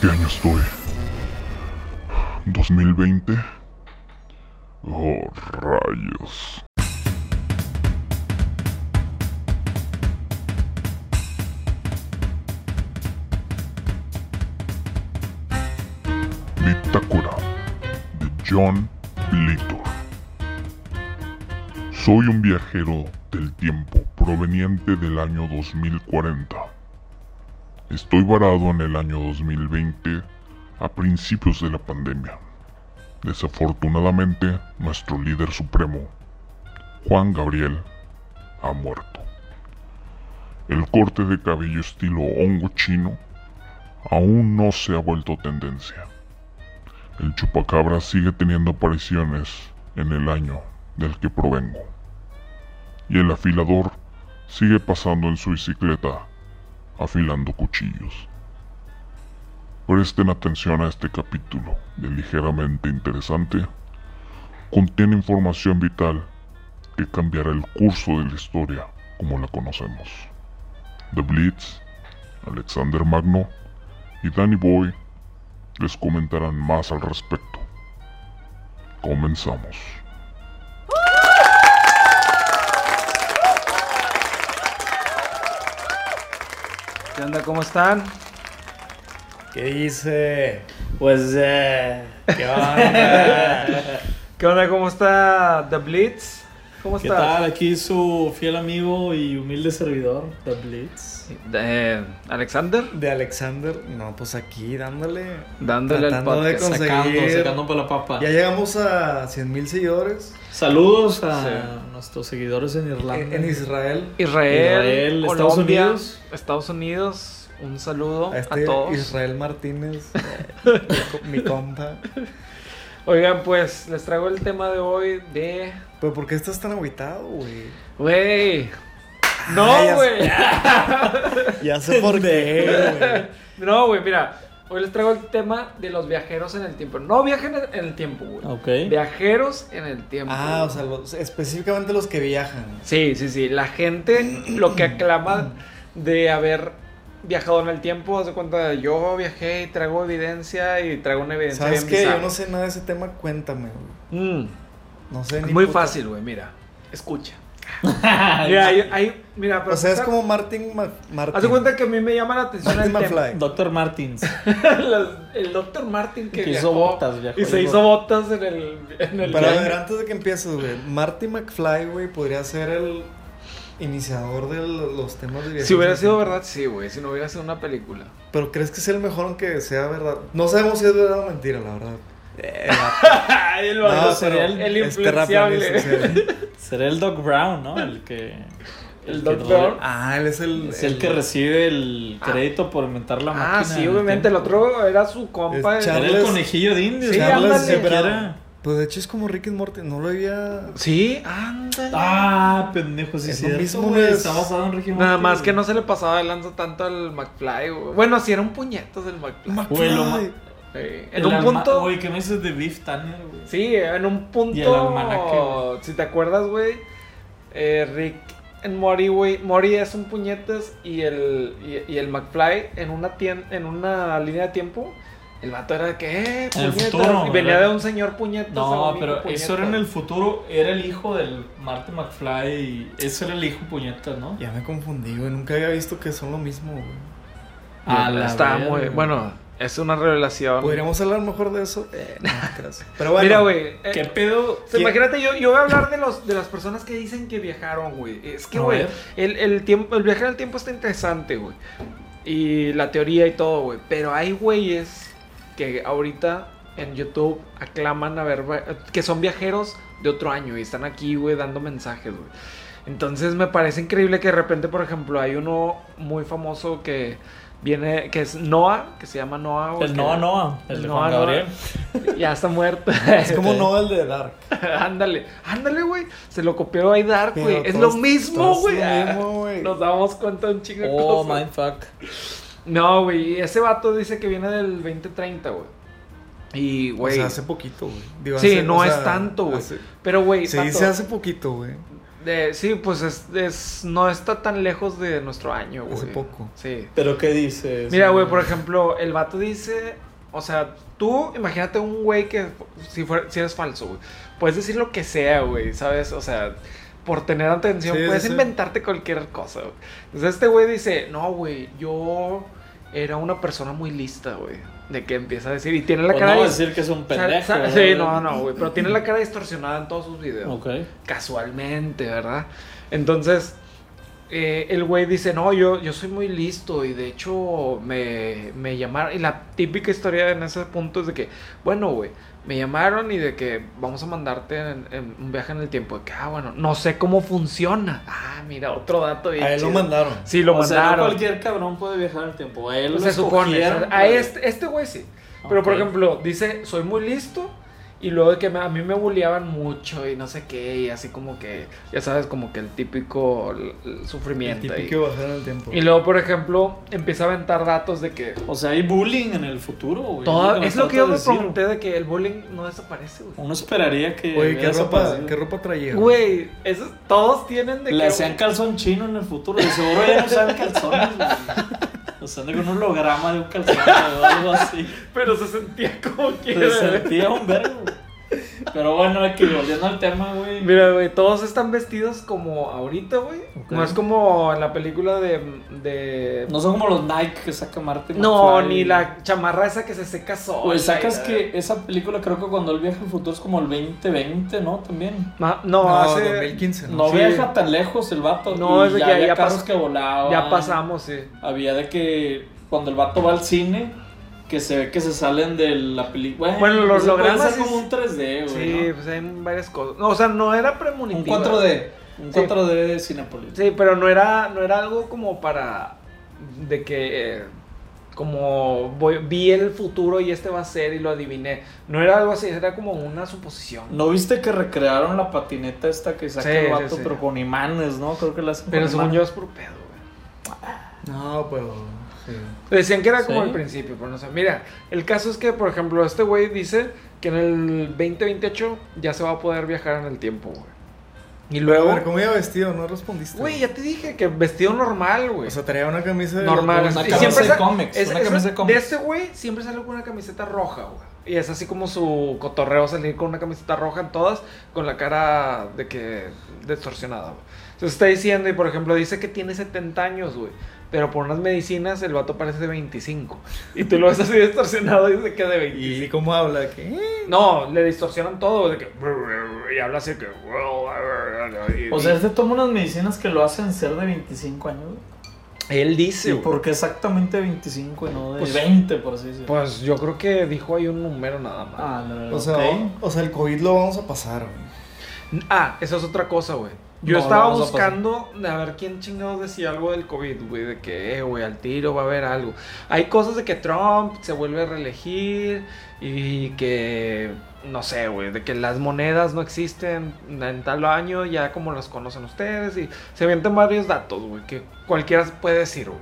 qué año estoy? ¿2020? Oh, rayos. Bitácora de John Litor. Soy un viajero del tiempo proveniente del año 2040. Estoy varado en el año 2020 a principios de la pandemia. Desafortunadamente, nuestro líder supremo, Juan Gabriel, ha muerto. El corte de cabello estilo hongo chino aún no se ha vuelto tendencia. El chupacabra sigue teniendo apariciones en el año del que provengo. Y el afilador sigue pasando en su bicicleta, afilando cuchillos. Presten atención a este capítulo de ligeramente interesante. Contiene información vital que cambiará el curso de la historia como la conocemos. The Blitz, Alexander Magno y Danny Boy les comentarán más al respecto. Comenzamos. ¿Qué onda? ¿Cómo están? ¿Qué dice? Pues, eh, ¿qué onda? ¿Qué onda? ¿Cómo está The Blitz? ¿Cómo ¿Qué está? tal? Aquí su fiel amigo y humilde servidor, The Blitz. Eh, Alexander, De Alexander, no, pues aquí dándole. dándole al Tratando de podcast. conseguir- Sacando, Seguir. sacando para la papa. Ya llegamos a 100 mil seguidores Saludos a Sí. nuestros seguidores en en, Irlanda. en Israel. Israel, Israel, Colombia, Estados Unidos. Estados Unidos, un saludo A a, este todos. Israel Martínez, eh, mi compa. Oigan, pues les traigo el tema de hoy de. Pero ¿por qué estás tan aguitado, güey? Güey, Ah, ¡No, ya güey! Ya sé por qué, No, güey, mira. Hoy les traigo el tema de los viajeros en el tiempo. No viajen en el tiempo, güey. Ok. Viajeros en el tiempo. Ah, güey. o sea, los- específicamente los que viajan. Sí, sí, sí. La gente lo que aclama de haber viajado en el tiempo, haz de cuenta, yo viajé y traigo evidencia y traigo una evidencia ¿Sabes bien qué? bizarra. Yo no sé nada de ese tema, cuéntame, güey. Mm. No sé ni. Es muy puta- fácil, güey, mira. Escucha. mira, hay, hay- mira, pero O sea, es haz- como Martin Mc- Martin. Haz de cuenta que a mí me llama la atención Martin el, tema, McFly. Doctor Martins. Las- el Dr. Martin que, Que hizo viajó botas, viajó Y se el hizo botas en el... En el Pero a ver, antes de que empieces, güey, Marty McFly, güey, podría ser el iniciador de los temas de viajes. si hubiera sido verdad, sí, güey. Si no hubiera sido una película. Pero crees que sea el mejor aunque sea verdad. No sabemos si es verdad o mentira, la verdad. Eh, Ay, el vato, sería el- el este rap influenciable. es el- Será el Doc Brown, ¿no? El que. El que Doc re- Brown. Ah, él es el. Es el que recibe el crédito por inventar la máquina. Ah, sí, del obviamente. El tiempo. otro era su compa. Es el- Era el Charles- conejillo de indios. Sí, Charles ándale. siempre Bravo. era- Pues de hecho es como Rick and Morty, no lo había. Sí, ándale. Ah, pendejo, sí, Es es lo cierto, mismo, güey, es- Está basado en Ricky Nada Morty, más que güey. no se le pasaba de lanza tanto al McFly, güey. Bueno, si era un puñetazo del McFly. Güey, lo ma- McFly. Eh, en El un alma- punto... Güey, ¿qué me dices de Beef Tanner, güey? Sí, en un punto. Y el almanaque, güey. si te acuerdas, güey. eh, Rick en Mori, güey. Mori es un puñetes y el, y, y el McFly en una, tien- en una línea de tiempo. El vato era de que, eh, En el puñetas, futuro, y venía ¿verdad? de un señor puñetas. a No, un pero hijo eso era en el puñetas. futuro. Era el hijo del Marty McFly. Y ese era el hijo puñeta, ¿no? Ya me confundí, güey. Nunca había visto que son lo mismo, güey. A la Está verga. muy. Bueno, es una revelación. Podríamos hablar mejor de eso. Eh, no, gracias. Pero bueno. Mira, güey. eh, ¿Qué pedo? o sea, ¿quién- imagínate, yo, yo voy a hablar de, los, de las personas que dicen que viajaron, güey. Es que, A güey, ver. el, el, tiempo, el viaje en el tiempo está interesante, güey. Y la teoría y todo, güey. Pero hay güeyes que ahorita en YouTube aclaman a ver, que son viajeros de otro año y están aquí, güey, dando mensajes, güey. Entonces me parece increíble que de repente, por ejemplo, hay uno muy famoso que viene, que es Noah, que se llama Noah. güey, El que- Noah Noah. El de Noah Juan Gabriel. Ya está muerto. Es como no el de Dark. Ah, ándale, ándale, güey. Se lo copió a Dark, Pero güey. Es todos- lo mismo, todos güey. lo mismo, güey. Nos damos cuenta de un chingo de Oh, cosas. mindfuck. No, güey, ese vato dice que viene del 2030, güey. Y, O güey. sea, hace poquito, güey. Digo, Sí, hace- no o sea, es tanto, güey. hace- Pero, güey, Se vato, dice hace poquito, güey. De- sí, pues es, es- no está tan lejos de nuestro año, güey. Hace poco. Sí. Pero ¿qué dices? Mira, güey, por ejemplo, el vato dice, o sea, tú imagínate un güey que si, fuera- si eres falso, güey, puedes decir lo que sea, güey, ¿sabes? O sea, por tener atención Sí, puedes sí. inventarte cualquier cosa, güey. Entonces este güey dice, no, güey, yo era una persona muy lista, güey. De que empieza a decir, y tiene la O cara... Pues no dis- decir que es un sa- pendejo. sa- ¿verdad? Sí, no, no, güey, pero tiene la cara distorsionada en todos sus videos Ok. casualmente, ¿verdad? Entonces, eh, el güey dice, no, yo, yo soy muy listo y de hecho me, me llamaron, y la típica historia en ese punto es de que, bueno, güey, me llamaron y de que vamos a mandarte en, en un viaje en el tiempo, de que, ah, bueno, no sé cómo funciona. Ah, mira, otro dato. bien A él lo chido. mandaron. Sí, lo o sea, no mandaron. Pues cualquier cabrón puede viajar al tiempo. A él lo se supone. escogieron, o sea, a güey. este, este güey sí. Pero por Ok. ejemplo, dice, soy muy listo. Y luego de que me- a mí me bulleaban mucho y no sé qué, y así como que, ya sabes, como que el típico l- l- El sufrimiento. ahí. típico bajar en el tiempo. Y luego, por ejemplo, empieza a aventar datos de que... O sea, hay bullying en el futuro, güey. toda- es lo que yo me trata de decir. pregunté de que el bullying no desaparece, güey. Uno esperaría que. Oye, ¿qué hubiera ropa, desaparecido. ¿qué ropa traía? Güey, esos- todos tienen de Le que... hacían calzón chino en el futuro. De seguro ya no usan calzones, güey. O sea, anda con un holograma de un calzón o algo así. Pero se sentía como que... Se sentía un verbo. Pero bueno, aquí volviendo al tema, güey. Mira, güey, todos están vestidos como ahorita, güey. Ok. No es como en la película de... de... No son como los Nike que saca Marte. No, McFly. ni la chamarra esa que se seca sola. Güey, Pues, sacas y la- que esa película creo que cuando él viaja al futuro es como el 2020, ¿no? También. Ma- No, no, hace... 2015. ¿no? No Sí. viaja tan lejos el vato. No, y es de ya que había ya carros pas- que volaban. Ya pasamos, sí. Había de que cuando el vato va al cine, que se ve que se salen de la pues, película. Bueno, los hologramas Es sí- como un 3D, Sí, güey. ¿no? pues hay varias cosas. No, o sea, no era Un premonitiva. 4D. Un Sí. 4D de Cinepolis. Sí, pero no era, no era algo como para... De que... eh, como voy- vi el futuro y este va a ser y lo adiviné. No era algo así, era como una suposición. ¿No viste que recrearon la patineta esta que saca Sí, el sí, vato, sí. pero con imanes, ¿no? Creo que la hacen Pero con según imanes. yo es por pedo, güey. No, pero. Sí. Decían que era como Sí. el principio, pero no sé. Mira, el caso es que, por ejemplo, este güey dice que en el 2028 ya se va a poder viajar en el tiempo, güey. Y Pero a luego, ver, ¿cómo iba vestido? No respondiste. güey, ya te dije que vestido normal, güey. O sea, traía una camisa de- normal. de- una Y camisa siempre de sa- cómics, es- una es- camisa de cómics. De este güey siempre sale con una camiseta roja, güey. Y es así como su cotorreo salir con una camiseta roja en todas, con la cara de que distorsionada, güey. Entonces está diciendo, y por ejemplo, dice que tiene 70 años, güey. Pero por unas medicinas el vato parece de 25. Y tú lo ves así distorsionado y dice que de 25. ¿Y cómo habla? eh, ¿Qué? No, le distorsionan todo. De que, y habla así que. y- O sea, este toma unas medicinas que lo hacen ser de 25 años. güey. él dice, ¿Y güey. por qué exactamente 25 y no de Pues- 20, por así decirlo? Pues yo creo que dijo ahí un número nada más. ah, la verdad. O sea, ok. o sea, el COVID lo vamos a pasar, güey. Ah, eso es otra cosa, güey. Yo No, estaba no vamos a buscando a ver quién chingados decía algo del COVID, güey, de que, eh, güey, al tiro va a haber algo. Hay cosas de que Trump se vuelve a reelegir y que, no sé, güey, de que las monedas no existen en tal año, ya como las conocen ustedes, y se avientan varios datos, güey, que cualquiera puede decir, güey.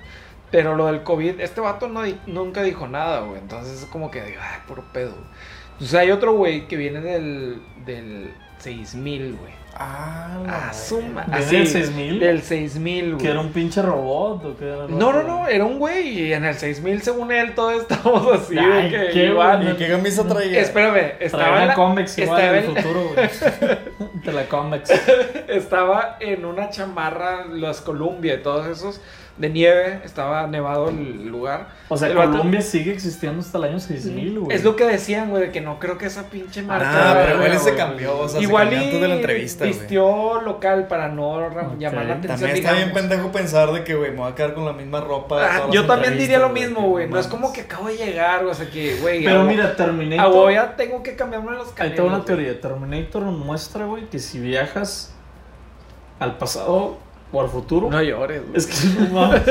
Pero lo del COVID, este vato no di- nunca dijo nada, güey, entonces es como que digo, ay, puro pedo, güey. Entonces Pues hay otro güey que viene del, del 6000, güey. Ah, la Ah, su ma- ¿Viene así, del 6000? Del 6000, ¿Que güey. era un pinche robot o qué era? No, no, no, era un güey y en el 6000 según él todos estábamos así Ay, de que qué igual. ¿Y qué camisa traía? Espérame, Estaba estaba en en, la la- Comex igual estaba en en- el futuro, güey. De la Comex. estaba en una chamarra las Columbia y todos esos de nieve, estaba nevado el lugar. O sea, El vato- Colombia sigue existiendo hasta el año 6000, güey. Es lo que decían, güey, de que no creo que esa pinche marca. Ah, pero güey, igual ese güey. cambió. O sea, Igual se cambió antes de la y entrevista, güey. vistió local para no ra- Ok. llamar la atención. También está bien digamos. pendejo pensar de que, güey, me voy a quedar con la misma ropa. de Ah, todas las yo también diría lo entrevistas, mismo, güey. No es mames. como que acabo de llegar, güey. O sea que, güey. Pero ahora- mira, Terminator. Ah, güey, ya tengo que cambiarme los Ahí canelos. está una güey. teoría. Terminator nos muestra, güey, que si viajas al pasado o al futuro. No llores, güey. es que no mames.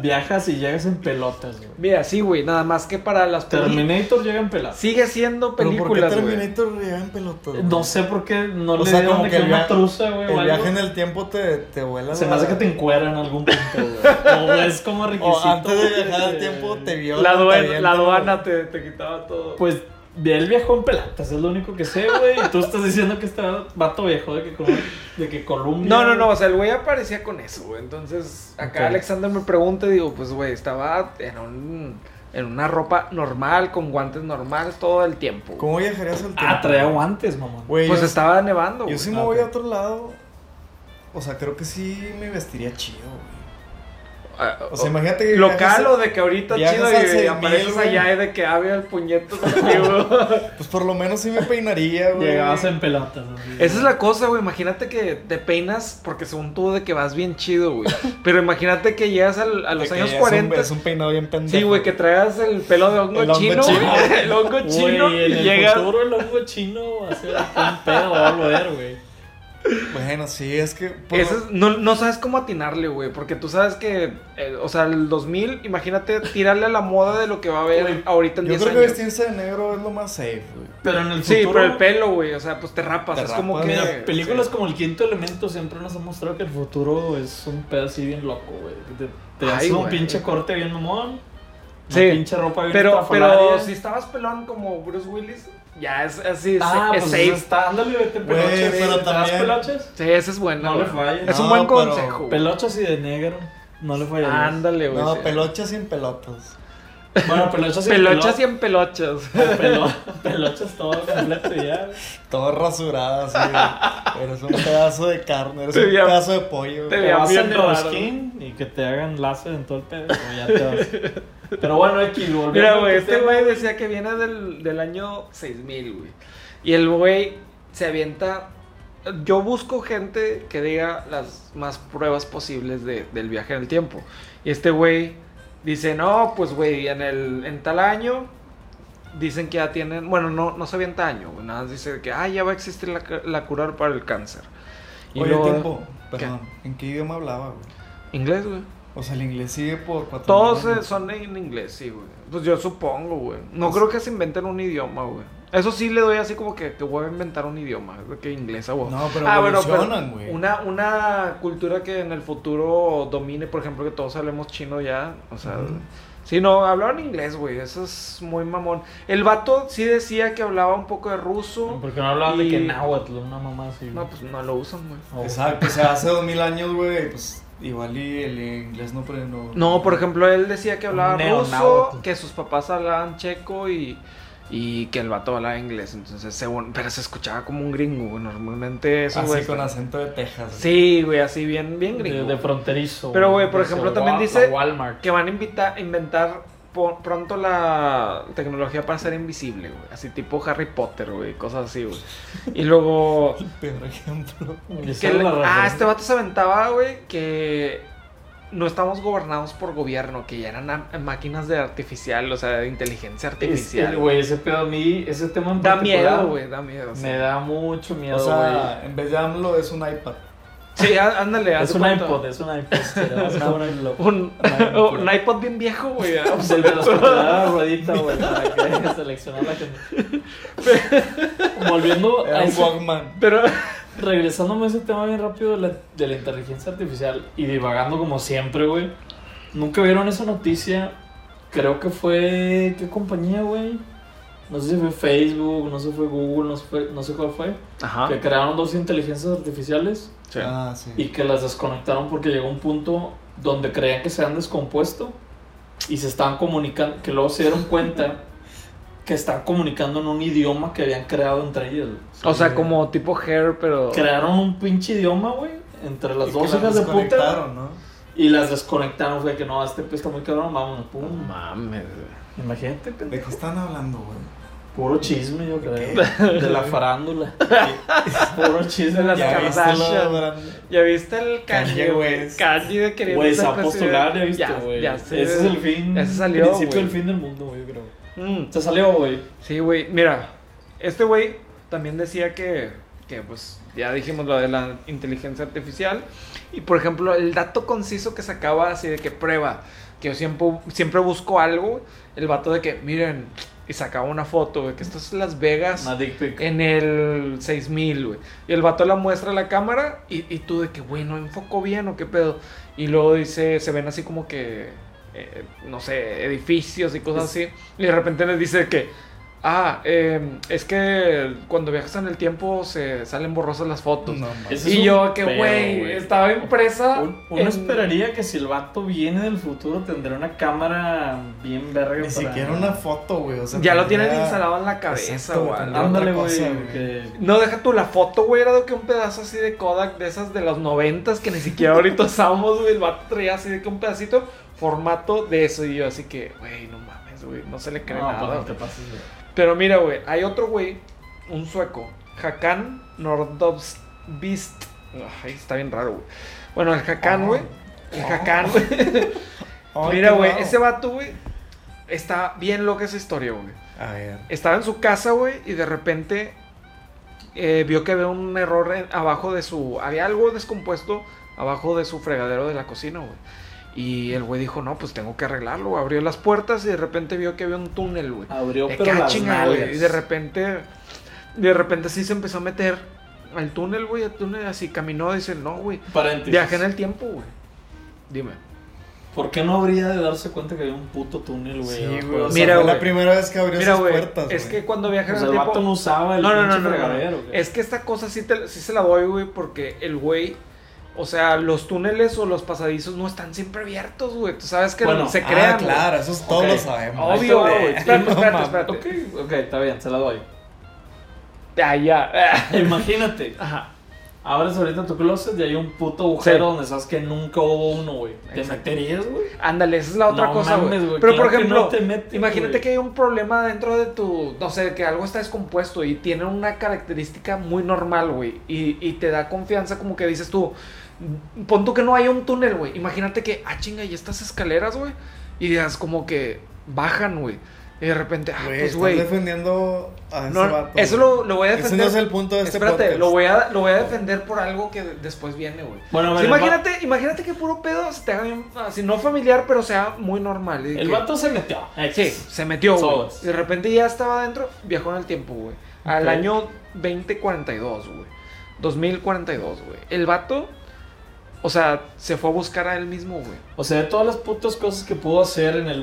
viajas y llegas en pelotas, güey. Mira, sí, güey. Nada más que para las películas. Terminator llega en pelotas. Sigue siendo Pero ¿por qué películas, güey. Terminator llega en pelotas? güey? No sé por qué no O le sea, dieron como de que que el una via- truza, güey. o El viaje en algo. el tiempo te, te vuela. Se me hace que la- te encuera en algún punto, güey. O es como requisito. O antes de güey, viajar al que- tiempo te vio. La aduana, la aduana te, te quitaba todo. Pues el viejo en pelotas, es lo único que sé, güey. Y tú estás diciendo que este vato viejo de que, como- de que Colombia. No, no, no, o sea, el güey aparecía con eso, güey. Entonces, acá Ok. Alexander me pregunta y digo, pues, güey, estaba en, un, en una ropa normal, con guantes normales todo el tiempo. ¿Cómo viajarías al tiempo? Ah, traía guantes, mamón. Güey, Pues yo- estaba nevando, güey. Yo sí me Ah, voy ok. a otro lado. O sea, creo que sí me vestiría chido, güey. Ah, O sea, imagínate que Local viajas- o de que ahorita viajas chido al y 6000, apareces güey. allá y de que había el puñeto contigo. Pues por lo menos sí me peinaría, güey. Llegabas en pelotas. así. Esa es la cosa, güey. Imagínate que te peinas porque según tú de que vas bien chido, güey. Pero imagínate que llegas al- a los De que años es un- 40. Es un peinado bien pendejo. Sí, güey, que traes el pelo de hongo El hongo chino, chino. güey, el hongo Güey, chino, en y el llegas... futuro el hongo chino va a ser un pedo, va a volver, güey. Bueno, sí, es que. pues, por- Ese es- no, no sabes cómo atinarle, güey, porque tú sabes que, eh, o sea, el 2000, imagínate tirarle a la moda de lo que va a haber Güey, ahorita en Yo 10 creo que años. vestirse de negro es lo más safe, güey. Pero en el Sí, futuro. pero el pelo, güey, o sea, pues te rapas, Te es como rapas. que... Mira, películas como El Quinto Elemento siempre nos han mostrado que el futuro es un pedo así bien loco, güey. Te, te Ay, haces un güey. pinche corte bien mamón. Sí. Una pinche ropa bien Pero, pero estrafalaria. si estabas pelón como Bruce Willis, ya es así, es, Ah, es pues safe. está, ándale, vete Güey, peloches. pero ¿Te das también- peloches? Sí, ese es bueno. No le güey. falles. Es un No, buen pero consejo. güey. Pelochas y de negro. No le fallaría. Ándale, güey. No, sí. pelochas sin pelotas. Bueno, pelochas y Pelochas y en pelochas. pelo- pelo- Pelochas todo completo y ya. güey. Todo rasurado así, güey. Eres un pedazo de carne, eres Te un veía- pedazo de pollo. te güey. Te veía vas bien en raro. Roskin y que te hagan láser en todo el pedo. güey, ya te vas. Pero bueno, X, volviendo. Mira, a güey, tu este tema, güey decía que viene del, del año 6000, güey. Y el güey se avienta. Yo busco gente que diga las más pruebas posibles de- del viaje en el tiempo. Y este güey dice, no, pues güey, en, el, en tal año dicen que ya tienen, bueno, no, no se avienta año, güey, nada más dice que, ah, ya va a existir la, cu- la curar para el cáncer. Y Oye, luego- tiempo. Perdón. ¿En qué idioma hablaba, güey? Inglés, güey. O sea, el inglés sigue por cuatro. Todos eh, millones. son en inglés, sí, güey. Pues yo supongo, güey. No creo que se inventen un idioma, güey. Eso sí le doy así como que, que voy a inventar un idioma, de que inglés o No, pero evolucionan, güey. Ah, una, una cultura que en el futuro domine, por ejemplo, que todos hablemos chino ya, o sea... Ujú. Sí, no, hablaban inglés, güey, eso es muy mamón. El vato sí decía que hablaba un poco de ruso. Porque no hablaban de que Y- náhuatl, una mamá así. güey. No, pues no lo usan, güey. O- Exacto, o sea, hace dos mil años, güey, pues igual y el inglés no... pre- No, No, por ejemplo, él decía que hablaba Neonáhuatl. ruso, que sus papás hablaban checo y, y que el vato hablaba inglés. Entonces, según, pero se escuchaba como un gringo, güey. Normalmente eso, Así güey. con acento de Texas. güey. Sí, güey, así bien, bien de, gringo. de fronterizo. Pero, güey, por de ejemplo, Wa- también la dice- Walmart. Que van a invita- inventar po- pronto la tecnología para ser invisible, güey. Así tipo Harry Potter, güey. Cosas así, güey. Y luego. Peor ejemplo. que le- ah, este vato se aventaba, güey, que no estamos gobernados por gobierno, que ya eran a- máquinas de artificial, o sea, de inteligencia artificial. Este, güey, ese pedo a mí, ese tema en Da particular, miedo, güey, da miedo. sí. Me da mucho miedo, O güey. sea, en vez de AMLO es un iPad. Sí, á- ándale, haz es de un cuenta. iPod, es un iPod. se le va a hacer un loco. Un, iPod. un iPod bien viejo, güey. Se le los la ruedita, güey, para que seleccionar la que... Oh, Volviendo Era a un ese Walkman. Pero Regresándome a ese tema bien rápido de la, de la inteligencia artificial y divagando como siempre, güey. Nunca vieron esa noticia. Creo que fue. ¿Qué compañía, güey? No sé si fue Facebook, no sé si fue Google, no sé, fue- no sé cuál fue. Ajá. Que crearon dos inteligencias artificiales Sí. Ah, y sí. que las desconectaron porque llegó un punto donde creían que se han descompuesto y se estaban comunicando. Que luego se dieron cuenta que estaban comunicando en un idioma que habían creado entre ellos. güey. O sea, como tipo hair, pero. Crearon un pinche idioma, güey, entre las Y dos que hijas las de puta. desconectaron, ¿no? Y las desconectaron, fue que no, este pez está muy cabrón, vámonos, pum. No mames, güey. Imagínate, ¿De pendejo. qué están hablando, güey? Puro chisme, yo creo. ¿Qué? De la farándula. Puro chisme. De las Ya Ya, viste Kardashian. lo grande. ¿Ya viste el Kanye Kanye, güey? West. Kanye de queriendo Güey, se ser ha postulado, ya presidente. viste, güey. Ya, ya Ese sé. es el fin. Ese salió, principio güey. del fin del mundo, güey, yo creo. Mm. Se salió, güey. Sí, güey, mira, este güey también decía que, que, pues, ya dijimos lo de la inteligencia artificial. Y, por ejemplo, el dato conciso que sacaba así de que prueba, que yo siempre, siempre busco algo, el vato de que, miren, y sacaba una foto, güey, que esto es Las Vegas Una dick pic. en el 6000, güey. Y el vato la muestra a la cámara y, y tú de que, güey, no enfocó bien o qué pedo. Y luego dice, se ven así como que, eh, no sé, edificios y cosas así. Y de repente les dice que, Ah, eh, es que cuando viajas en el tiempo se salen borrosas las fotos. No, mames. Ese es Y un yo que, pedo, güey, estaba impresa. Un- Uno en- esperaría que si el vato viene del futuro tendrá una cámara bien verga. Ni para- siquiera una foto, güey. O sea, Ya lo tienen tendría- instalado en la cabeza, Exacto, güey. tendría algo. Ándale, otra cosa, güey. güey. que- No, deja tú la foto, güey. Era de que un pedazo así de Kodak de esas de los noventas que ni siquiera ahorita usamos, güey. El vato traía así de que un pedacito, formato de eso. Y yo, así que, güey, no mames, güey. No se le cree No, nada. pues no güey. te pases, güey. Pero mira, güey, hay otro güey, un sueco, Hakan Nordobstvist. Ay, está bien raro, güey. Bueno, el Hakan, Ah. güey. El Hakan, güey. Ay, mira, qué güey, raro. ese vato, güey, está bien loca esa historia, güey. A ver. Estaba en su casa, güey, y de repente eh, vio que había un error en- abajo de su... Había algo descompuesto abajo de su fregadero de la cocina, güey. Y el güey dijo, no, pues tengo que arreglarlo. güey. Abrió las puertas y de repente vio que había un túnel, güey. Abrió, De pero las cachinga, güey. nalgas. Y de repente, de repente sí se empezó a meter al túnel, güey, al túnel así caminó, dice, no, güey. Paréntesis. Viajé en el tiempo, güey. Dime. ¿Por qué no habría de darse cuenta que había un puto túnel, güey? Sí, abajo? güey. o sea, Mira, fue güey. la primera vez que abrió Mira, esas güey, puertas. es güey. que cuando viajan en O sea, el Pues el tiempo... vato no usaba el no, no, no, pinche no, no, fregadero, güey. Es que esta cosa sí, te- sí se la doy, güey, porque el güey, o sea, los túneles o los pasadizos no están siempre abiertos, güey. Tú sabes que Bueno, se Ah, crean. güey. Oh, claro, eso es- todos Ok. lo sabemos. Ahí Obvio, te va, güey. Espérate, No espérate, mames. espérate. Ok, ok, está bien, se la doy. Ah, ya. Imagínate, Ajá. abres ahorita tu closet y hay un puto agujero Sí. donde sabes que nunca hubo uno, güey. ¿Te Exacto. meterías, güey? Ándale, esa es la otra No cosa, güey. mames, güey, Pero claro por que ejemplo, no te metes, imagínate güey. que hay un problema dentro de tu, no sé, que algo está descompuesto y tiene una característica muy normal, güey. Y, y te da confianza como que dices tú, pon tú que no haya un túnel, güey. Imagínate que, ah, chinga, y estas escaleras, güey. Y digas como que bajan, güey. Y de repente, ah, Güey, pues, estás güey. defendiendo a ese No, vato, eso güey. lo, lo voy a Ese defender. no es el punto de este Espérate, podcast. lo voy, a, lo voy a defender por algo que de- después viene, güey. Bueno, a ver, Sí, el va- imagínate, imagínate que puro pedo se te haga bien, así no familiar, pero sea muy normal. y El que- Ah, vato se metió. Sí, se metió, güey. Sobas. De repente ya estaba adentro, viajó en el tiempo, güey. Al Ok. año 2042, güey. 2042, güey. El vato, o sea, se fue a buscar a él mismo, güey. O sea, de todas las putas cosas que pudo hacer en el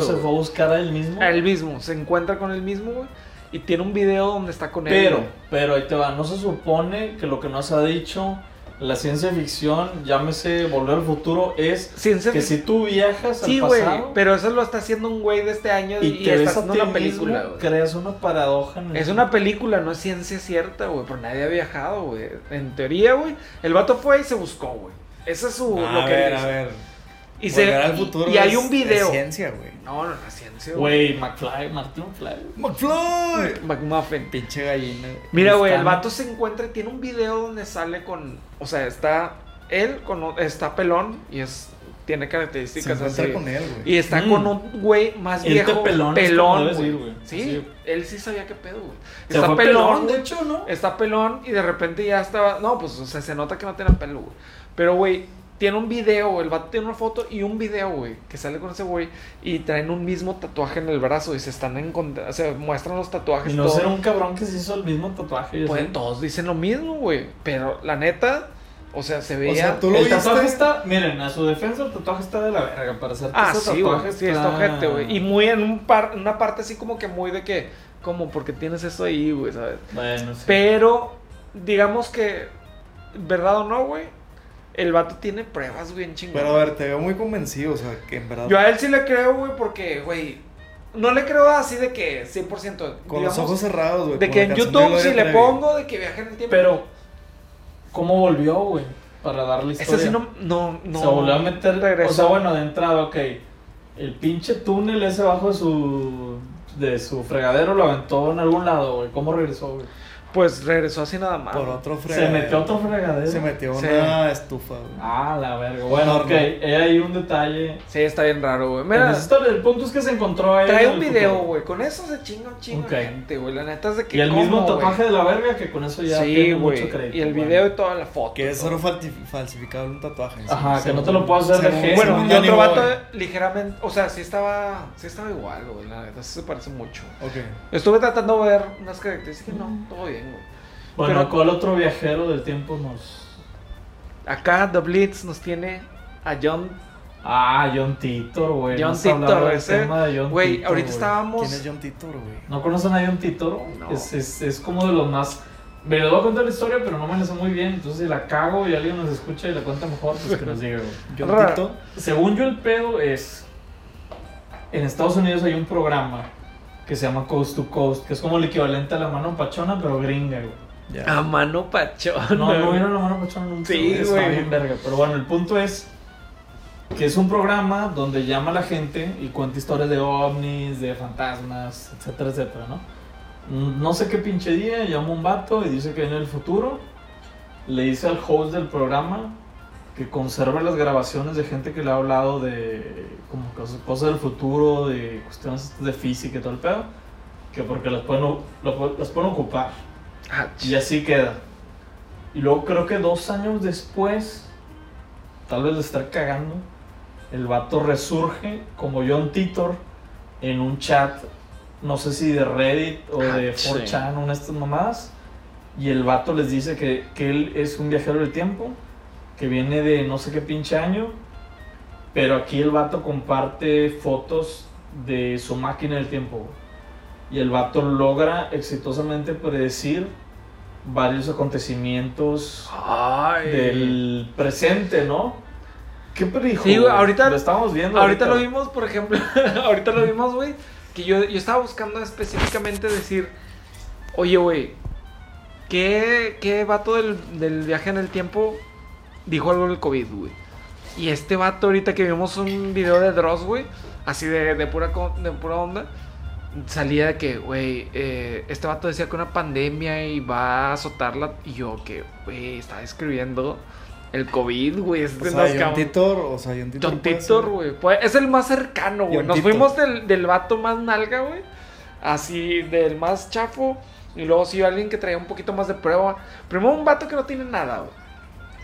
Exacto, se fue a buscar a él mismo. A él mismo, se encuentra con él mismo, güey. Y tiene un video donde está con él. Pero, güey. pero ahí te va, no se supone que lo que nos ha dicho la ciencia ficción, llámese Volver al Futuro, es Ciencia que si tú viajas al Sí, güey, pasado pero eso lo está haciendo un güey de este año y, y te está ves a haciendo ti una película, mismo, güey. creas una paradoja. En el- Es una película, no es ciencia cierta, güey, pero nadie ha viajado, güey. En teoría, güey, el vato fue y se buscó, güey. Ese es su, lo Ah, A que ver, dice. a ver. Y, se, Volver al y- futuro y hay es- un video. Es ciencia, güey. No, no, no es ciencia, güey. Güey, McFly, Martin McFly. ¡McFly! McMuffin. Pinche gallina. güey. Mira, güey, el Está- vato se encuentra, tiene un video donde sale con, o sea, está él con o- está pelón y es tiene Se características encuentra así. con él, güey. Y está Mm. con un güey más Este viejo, pelón es como debe pelón, ser, güey. güey. Sí, Sí. él sí sabía qué pedo, güey. Se Está fue pelón, de güey. hecho, ¿no? Está pelón y de repente ya estaba. No, pues o sea, se nota que no tiene pelo, güey. Pero, güey, tiene un video, güey, el vato tiene una foto y un video, güey, que sale con ese güey y traen un mismo tatuaje en el brazo y se están encontrando. Se muestran los tatuajes. Y no todo. ser un cabrón que se hizo el mismo ¿eh? tatuaje. y Pues, así. todos dicen lo mismo, güey. Pero la neta, o sea, se veía. O sea, tú lo el tatuaje viste. está, miren, a su defensa el tatuaje está de la verga para hacer Ah, sí, güey. Sí, está ojete, güey. Y muy en un par, en una parte así como que muy de que. Como porque tienes eso ahí, güey, ¿sabes? Bueno, sí. Pero, digamos que, ¿verdad o no, güey? El vato tiene pruebas, güey, en chingón. Pero a ver, te veo muy convencido, o sea, que en verdad. Yo a él sí le creo, güey, porque, güey, no le creo así de que 100%. con digamos, los ojos cerrados, güey. De con que la en canción de YouTube Gloria si le Trevi. pongo de que viaje en el tiempo. Pero, ¿cómo volvió, güey? Para darle historia. Eso sí no, no, no. Se volvió a meter. regresó. O sea, bueno, de entrada, ok. El pinche túnel ese abajo de su. De su fregadero lo aventó en algún lado, güey. ¿Cómo regresó, güey? Pues regresó así nada más. Por otro Se fregadero. metió otro fregadero. Se metió Sí. una estufa, güey. Ah, la verga. Bueno, ok. eh, Enorme. Hay ahí un detalle. Sí, está bien raro, güey. En Mira, esa historia, el punto es que se encontró ahí. trae en un el video, futuro. güey. Con eso se chinga un chingo Ok. de gente, güey. La neta es de que. Y el ¿cómo, mismo güey? tatuaje de la verga que con eso ya Sí, tiene mucho güey. crédito. Y el güey. video y toda la foto. Que y es todo. solo falti- falsificable un tatuaje. sí. Ajá, que no te Según- lo puedo hacer de según- gesto. Bueno, según un el Johnny otro Boy. vato ligeramente, o sea, sí estaba, sí estaba igual, güey, la neta, sí se parece mucho. Ok. Estuve tratando de ver unas características, no, todo bien, güey. Bueno, Pero- ¿cuál otro viajero del tiempo nos.? Acá The Blitz nos tiene a John Ah, John Titor, güey. John Estamos hablando Titor, del ese- tema de John Güey, Titor, ahorita güey. estábamos. ¿Quién es John Titor, güey? ¿No conocen a John Titor? No. Es, es, es como de los más. Me les voy a contar la historia, pero no me la sé muy bien. Entonces, si la cago y alguien nos escucha y la cuenta mejor, pues que nos diga, güey. John Raro. Tito. Según yo, el pedo es. En Estados Unidos hay un programa que se llama Coast to Coast, que es como el equivalente a la mano pachona, pero gringa, güey. Ya. Ah, A mano pachona. No, no vieron la mano pachona nunca. Sí, güey, está güey. bien verga. Pero bueno, el punto es que es un programa donde llama a la gente y cuenta historias de ovnis, de fantasmas, etcétera, etcétera, ¿no? Mm, No sé qué pinche día, llama un vato y dice que viene el futuro. Le dice al host del programa que conserve las grabaciones de gente que le ha hablado de como cosas, cosas del futuro, de cuestiones de física y todo el pedo, que porque las pueden, u- lo pu- las pueden ocupar. Ah, ch- Y así queda. Y luego creo que dos años después, tal vez de estar cagando, el vato resurge como John Titor en un chat, no sé si de Reddit o Ah, de sí. 4chan, una de estas mamadas. Y el vato les dice que, que él es un viajero del tiempo, que viene de no sé qué pinche año, pero aquí el vato comparte fotos de su máquina del tiempo. güey. Y el vato logra exitosamente predecir varios acontecimientos Ay. del presente, ¿no? ¿Qué predijo? Sí, güey, güey? ahorita- lo estamos viendo. Ahorita lo vimos, por ejemplo, ahorita lo vimos, güey, que yo, yo estaba buscando específicamente decir, oye, güey, ¿qué, qué vato del, del viaje en el tiempo dijo algo del COVID, güey? Y este vato ahorita que vimos un video de Dross, güey, así de, de pura, co- de pura onda, salía de que, güey, eh, este vato decía que una pandemia y va a azotarla, y yo que, güey, estaba escribiendo el COVID, güey, O pues este sea, nos John cam- Titor, o sea, John Titor. John puede Titor, ser- güey. Pues, Es el más cercano, güey. John Nos Titor. fuimos del, del vato más nalga, güey. Así, del más chafo. Y luego sí, alguien que traía un poquito más de prueba. Primero un vato que no tiene nada, güey.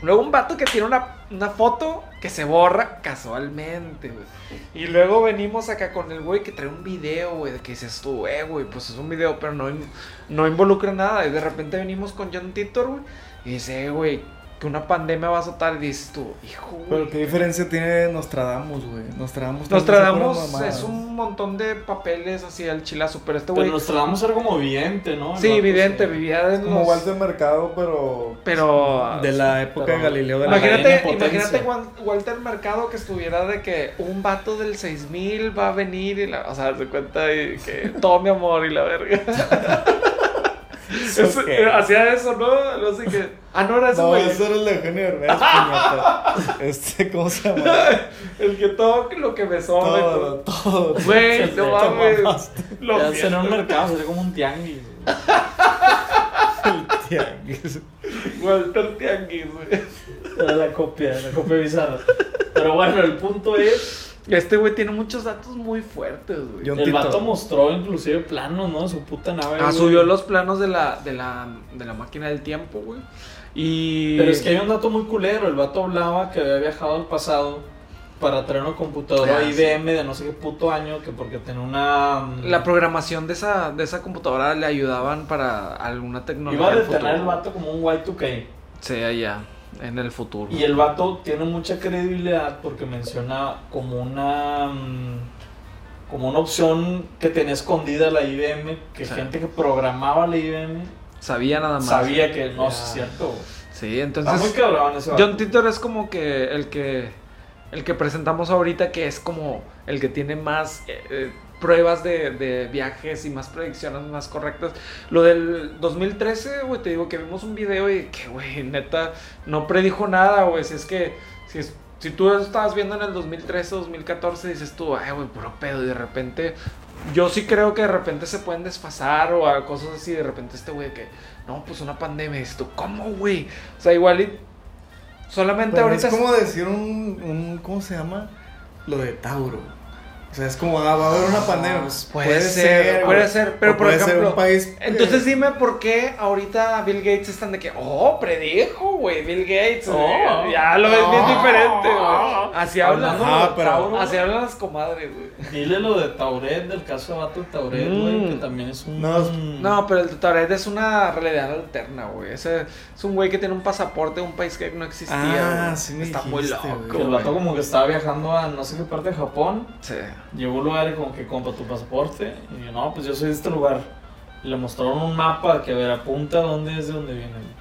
Luego un vato que tiene una, una foto que se borra casualmente, güey. Y luego venimos acá con el güey que trae un video, güey, de que dices tú, eh, güey, pues es un video, pero no, in- no involucra nada. Y de repente venimos con John Titor, güey, y dice, eh, güey, que una pandemia va a azotar. Y dices tú, hijo, güey. Pero qué diferencia tiene Nostradamus, güey. Nostradamus. también hace puras Nostradamus mamadas. es un montón de papeles así al chilazo, pero este Pero güey. nos tratamos era como vidente, ¿no? El Sí, vato, evidente, sí. vivía de Como los- Walter Mercado, pero. Pero. De la época pero- de Galileo de la Imagínate, Reina imagínate Potencia. Juan- Walter Mercado que estuviera de que un vato del 6000 va a venir y la. O sea, se cuenta y que todo mi amor y la verga. Eso- Ok. Hacía eso, ¿no? Luego así que. Ah, no era ese No, güey. eso era el de Eugenio Derbez, puñeta. Este, ¿cómo se llama? El que todo lo que besó, güey. Todo, todo. Güey, no Te mames. mamaste. Lo Ya siento. sería un mercado, sería como un tianguis. güey. Tianguis. Walter Tianguis, güey. Era la copia, la copia bizarra. Pero bueno, el punto es, Este güey tiene muchos datos muy fuertes, güey. Yo- John el Titor. vato mostró inclusive planos, ¿no? De su puta nave. Ah, güey. subió los planos de la, de la, de la máquina del tiempo, güey. Y. Pero es que hay un dato muy culero. El vato hablaba que había viajado al pasado para traer una computadora Ah, sí. IBM de no sé qué puto año, que porque tenía una... mm, La programación de esa, de esa computadora le ayudaban para alguna tecnología. Iba a del detener el futuro. vato como un Y2K. Sí, allá, en el futuro. Y el vato tiene mucha credibilidad porque menciona como una mm, como una opción que tenía escondida la IBM, que Sí. gente que programaba la IBM Sabía nada más. sabía que no Ya. es cierto. güey. Sí, Está muy entonces. cabrón ese vato. John Titor es como que el que. El que presentamos ahorita, que es como el que tiene más eh, eh, pruebas de, de viajes y más predicciones más correctas. Lo del 2013, güey, te digo que vimos un video y que, güey, neta, no predijo nada, güey. Si es que, si, es- si tú estabas viendo en el 2013, 2014, dices tú, ay, güey, puro pedo, y de repente, yo sí creo que de repente se pueden desfasar o a cosas así, de repente este güey que, no, pues una pandemia, y dices tú, ¿cómo, güey? O sea, igual y solamente Pero ahorita. es como decir un, un- ¿Cómo se llama? Lo de Tauro. O sea, es como, ah, va a haber una pandemia. Pues, Puede, ser, puede ser, pero o por puede ser ejemplo, un país, entonces eh, dime por qué ahorita Bill Gates están de que, oh, predijo, güey, Bill Gates, Oh. güey". ya lo ves bien Oh. diferente, güey. Así hablan, Hablando Ah, Ajá, de pero- Tauro, así hablan las comadres, güey. Dile lo de Tauret, del caso de Vato Tauret, Mm. güey, que también es un. No, es- No, pero el Tourette es una realidad alterna, güey. Ese es un güey que tiene un pasaporte de un país que no existía. Ah, güey. sí me Está muy dijiste, loco, güey. que el güey. vato como que estaba viajando a no sé qué parte de Japón, Sí. llegó a un lugar y como que compra tu pasaporte, y yo, no, pues yo soy de este lugar. Y le mostraron un mapa que a ver, apunta dónde es de dónde viene.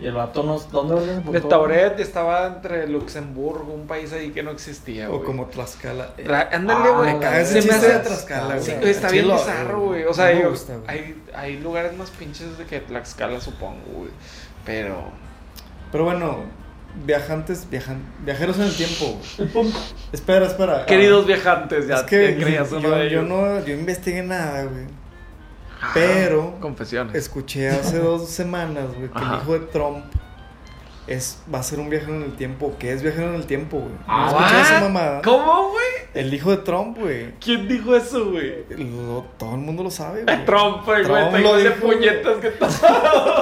Y el vato no. ¿Dónde viene? De Tourette estaba entre Luxemburgo, un país ahí que no existía, O güey. como Tlaxcala. Eh, Ra- Ándale, Ah, güey. la ese Se me chiste hace- de Tlaxcala, Sí, güey. güey, está bien Chilo, bizarro, eh, güey. O sea, no me digo, gusta, güey. hay, hay lugares más pinches de que Tlaxcala, supongo, güey. Pero. Pero bueno, viajantes, viajan, viajeros en el tiempo. güey. espera, espera. ah, Queridos viajantes, ya es que te creías yo, uno de yo ellos. no, yo investigué nada, güey. Ah, pero- Confesiones. Escuché hace dos semanas, güey, que Ajá. el hijo de Trump es, va a ser un viajero en el tiempo. ¿Qué es viajero en el tiempo, güey? Ah, ¿No escuché esa ¿what? mamada? ¿Cómo, güey? El hijo de Trump, güey. ¿Quién dijo eso, güey? Lo- todo el mundo lo sabe, güey. Trump, güey, Trump está lo igual de dijo, puñetas que todo.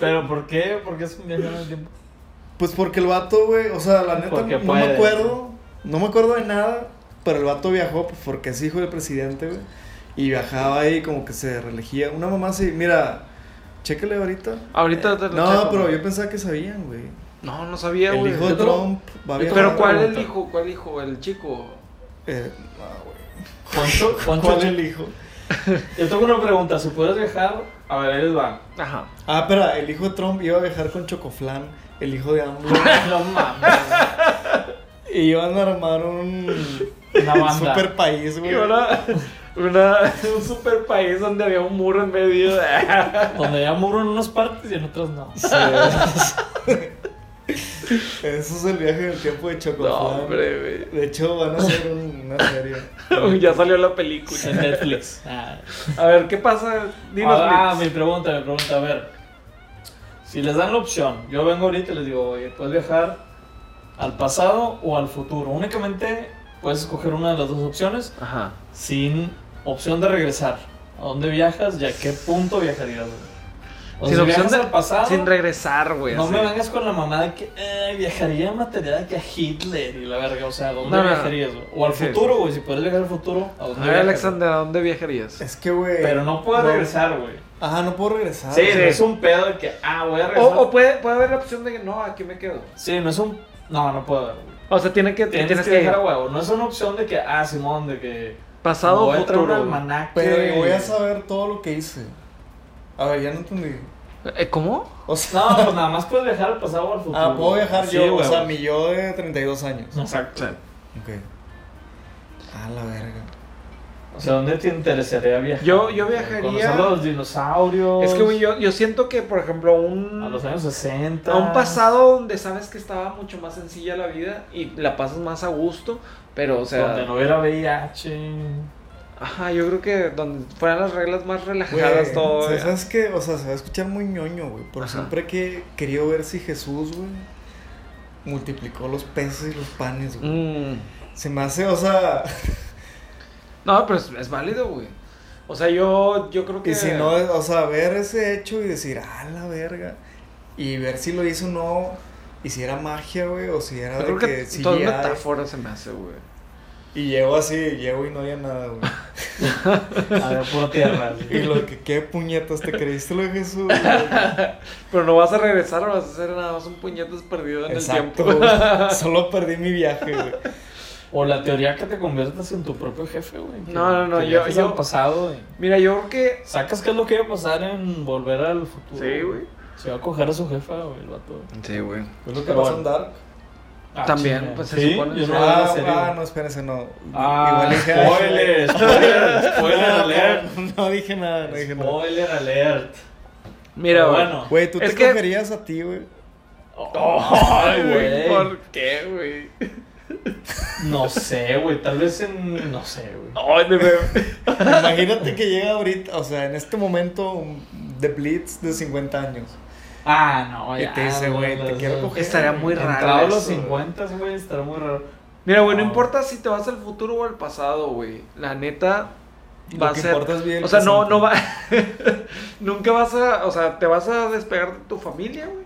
Pero ¿por qué? ¿Por qué es un viaje en el tiempo? Pues porque el vato, güey, o sea, la neta Porque no me puede. acuerdo, no me acuerdo de nada, pero el vato viajó pues, porque es hijo del presidente, güey. Y viajaba ahí como que se reelegía. Una mamá así, mira, chéquele ahorita. Ahorita te lo Eh, No, checo, pero güey. yo pensaba que sabían, güey. No, no sabía, El güey. hijo de Yo tengo- Trump va a viajar. Pero ¿cuál el pregunta. hijo? ¿Cuál hijo? ¿El chico? Eh, no, güey. Poncho, Poncho, ¿Cuál el hijo? yo tengo una pregunta. Si pudieras viajar, a ver, ahí les va. Ajá. Ah, pero el hijo de Trump iba a viajar con Chocoflan, el hijo de AMLO. No mames. y iban a armar un Una banda. super país, güey. Y ahora, una- un super país donde había un muro en medio. Donde ya muro en unas partes y en otras no. Eso es el viaje del tiempo de Chocoflan. No, hombre, güey. De hecho, van a hacer un- una serie. Uy, ya salió la película. En Netflix. Ah. A ver, ¿qué pasa? Dinos, Ah, Blitz. mi pregunta, mi pregunta, a ver. Si les dan la opción, yo vengo ahorita y les digo, oye, puedes viajar al pasado o al futuro. Únicamente puedes escoger una de las dos opciones Ajá. sin opción de regresar. ¿A dónde viajas y a qué punto viajarías? güey? O sea, Sin si opción viajas de- al pasado, Sin regresar, güey. no así. me vengas con la mamá de que eh, viajaría en material que a Hitler y la verga. O sea, ¿a dónde No, no, no. viajarías? güey? O al Sí. futuro, güey. Si puedes viajar al futuro, ¿a dónde A ver, viajas? Alexander, ¿a dónde viajarías? Es que, güey. Pero no puedes No. regresar, güey. Ajá, no puedo regresar. Sí, sí. no es un pedo de que, ah, voy Ah, a O, regresar. o puede, puede haber la opción de que no, aquí me quedo. Sí, no es un. No, no puedo. güey. O sea, tiene que, Tienes, tienes que, que ir. dejar a huevo. No es una opción de que, ah, Simón, de que. Pasado me voy o a traer un futuro. güey. almanaque. Pero y- voy a saber todo lo que hice. A ver, ya no entendí. Eh, ¿Cómo? O sea, No, pues nada más puedes viajar al pasado o al futuro. ah, puedo viajar Sí, yo. O huevo. sea, mi yo de 32 años. Exacto. Ok. Ah, la verga. O sea, ¿dónde te interesaría viajar? Yo- yo viajaría- Conocer a los dinosaurios. Es que, güey, yo, yo siento que, por ejemplo, un. A los años 60. A un pasado donde sabes que estaba mucho más sencilla la vida y la pasas más a gusto, pero, o sea. Donde no hubiera VIH. Ajá, yo creo que donde fueran las reglas más relajadas, Güey, todo. eh. o sea, güey. ¿Sabes qué? O sea, se va a escuchar muy ñoño, güey. Pero Ajá. siempre que he querido ver si Jesús, güey, multiplicó los peces y los panes, güey. Mm. Se me hace, o sea. No, pero es, es válido, güey. O sea, yo, yo creo que. Y si no, o sea, ver ese hecho y decir, ah, la verga. Y ver si lo hizo o no. Y si era magia, güey, o si era Yo de creo que, que CGI. todo es metáfora se me hace, güey. Y llego así, llego y no había nada, güey. A ver, pura tierra. Y güey. lo que, qué puñetas, ¿te creíste lo de Jesús? güey? Pero no vas a regresar, vas a hacer nada más un puñetas perdido en Exacto, el tiempo. güey. Solo perdí mi viaje, güey. O la teoría que te conviertas en tu propio jefe, güey. que- No, no, no, que yo- viajes yo- al pasado, güey. Mira, yo creo que. Sacas qué es lo que iba a pasar en volver al futuro. Sí, güey. Se va a coger a su jefa, güey, el vato. Sí, güey. Es lo que Pero pasó bueno. en Dark. Ah, También, chinga. pues, se Sí, supone. Yo no veo la Ah, serie. ah, no, espérense, no. Ah, dije, ay, spoiler, spoiler, spoiler no, alert. No, no dije nada, no dije nada. Spoiler alert. Mira, Pero güey. bueno. Güey, ¿tú Es te que- cogerías a ti, güey? Ay, güey. ¿Por qué, güey? No sé, güey. Tal vez en. No sé, güey. Ay, de verdad. Imagínate que llega ahorita, o sea, en este momento, un- The Blitz de 50 años. Ah, no, Y ya. te dice, güey, te las- quiero coger. Estaría muy raro Entrado a los eso, güey. 50, güey, estaría muy raro. Mira, güey, no importa si te vas al futuro o al pasado, güey. La neta va Lo a que ser. importa es bien O sea, no, presente. no va. Nunca vas a. O sea, te vas a despegar de tu familia, güey.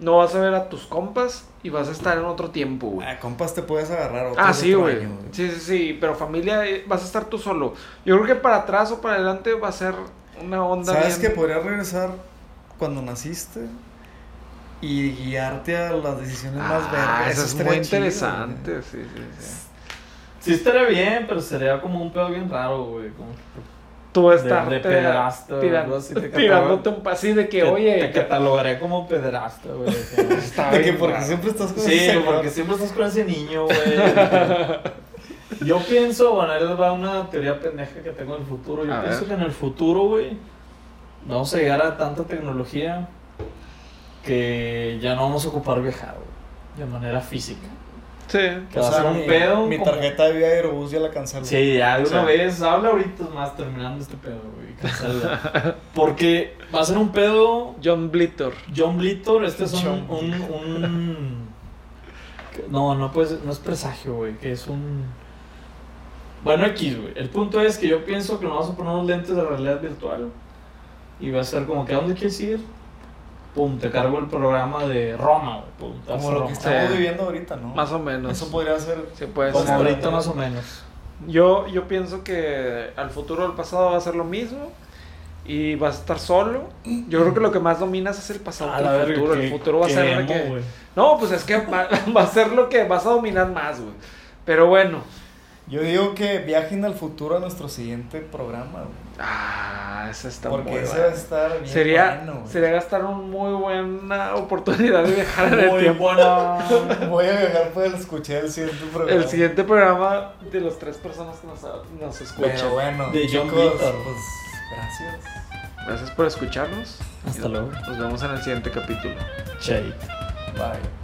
No vas a ver a tus compas y vas a estar en otro tiempo, güey. Ah, compas, te puedes agarrar otro Ah, sí, otro güey. año, Sí, sí, sí. Pero familia, eh, vas a estar tú solo. Yo creo que para atrás o para adelante va a ser una onda. ¿Sabes que bien- podrías regresar cuando naciste? Y guiarte a las decisiones más Ah, vergas. eso es estaría muy chido, interesante. güey. Sí, sí, sí. Sí estaría bien, pero sería como un pedo bien raro, güey. Como Tú de- estar de pedrasto, algo tirando, así, te tirándote un pasillo de que, oye, te catalogaré como pedrasta, güey. o sea, está De que bien porque Ah, raro. siempre estás con Sí, ese porque cabrón. siempre estás con ese niño, güey. Yo pienso, bueno, ahí les va una teoría pendeja que tengo en el futuro. Yo A pienso ver. que en el futuro, güey, vamos a llegar a tanta tecnología que ya no vamos a ocupar viajar, güey, de manera física. sí. Que va a ser un mi, pedo. mi como- tarjeta de vía de Aerobús ya la cancelé. Sí, ya de O sea. una vez, habla ahorita más terminando este pedo, güey. cancela. Porque va a ser un pedo John Blitter. John Blitor, este es John un, un, un- No, no, pues, no es presagio, güey, que es un... Bueno, X, güey. El punto es que yo pienso que nos vamos a poner unos lentes de realidad virtual y va a ser como que, ¿a dónde quieres ir? Pum, te cargo el programa de Roma, güey. Pum, te vas Como a lo Roma. que estamos Sí. viviendo ahorita, ¿no? Más o menos. Eso podría ser. Sí, puede Como ser. ahorita más o menos. Yo, yo pienso que al futuro o al pasado va a ser lo mismo. Y vas a estar solo. Yo creo que lo que más dominas es el pasado que el futuro. el futuro va a ser de que. No, pues es que va, va a ser lo que vas a dominar más, güey. Pero bueno. Yo digo que viajen al futuro a nuestro siguiente programa, güey. Ah, esa está muy Porque ese va a buena. estar bien Sería, bueno, güey. sería gastar una muy buena oportunidad de viajar en el Muy tiempo. buena. Voy a viajar para escuchar el siguiente programa. El siguiente programa de las tres personas que nos, nos escuchan. Pero bueno, De John chicos, Vitor. pues gracias. Gracias por escucharnos. Hasta luego. Nos vemos en el siguiente capítulo. Che. Bye.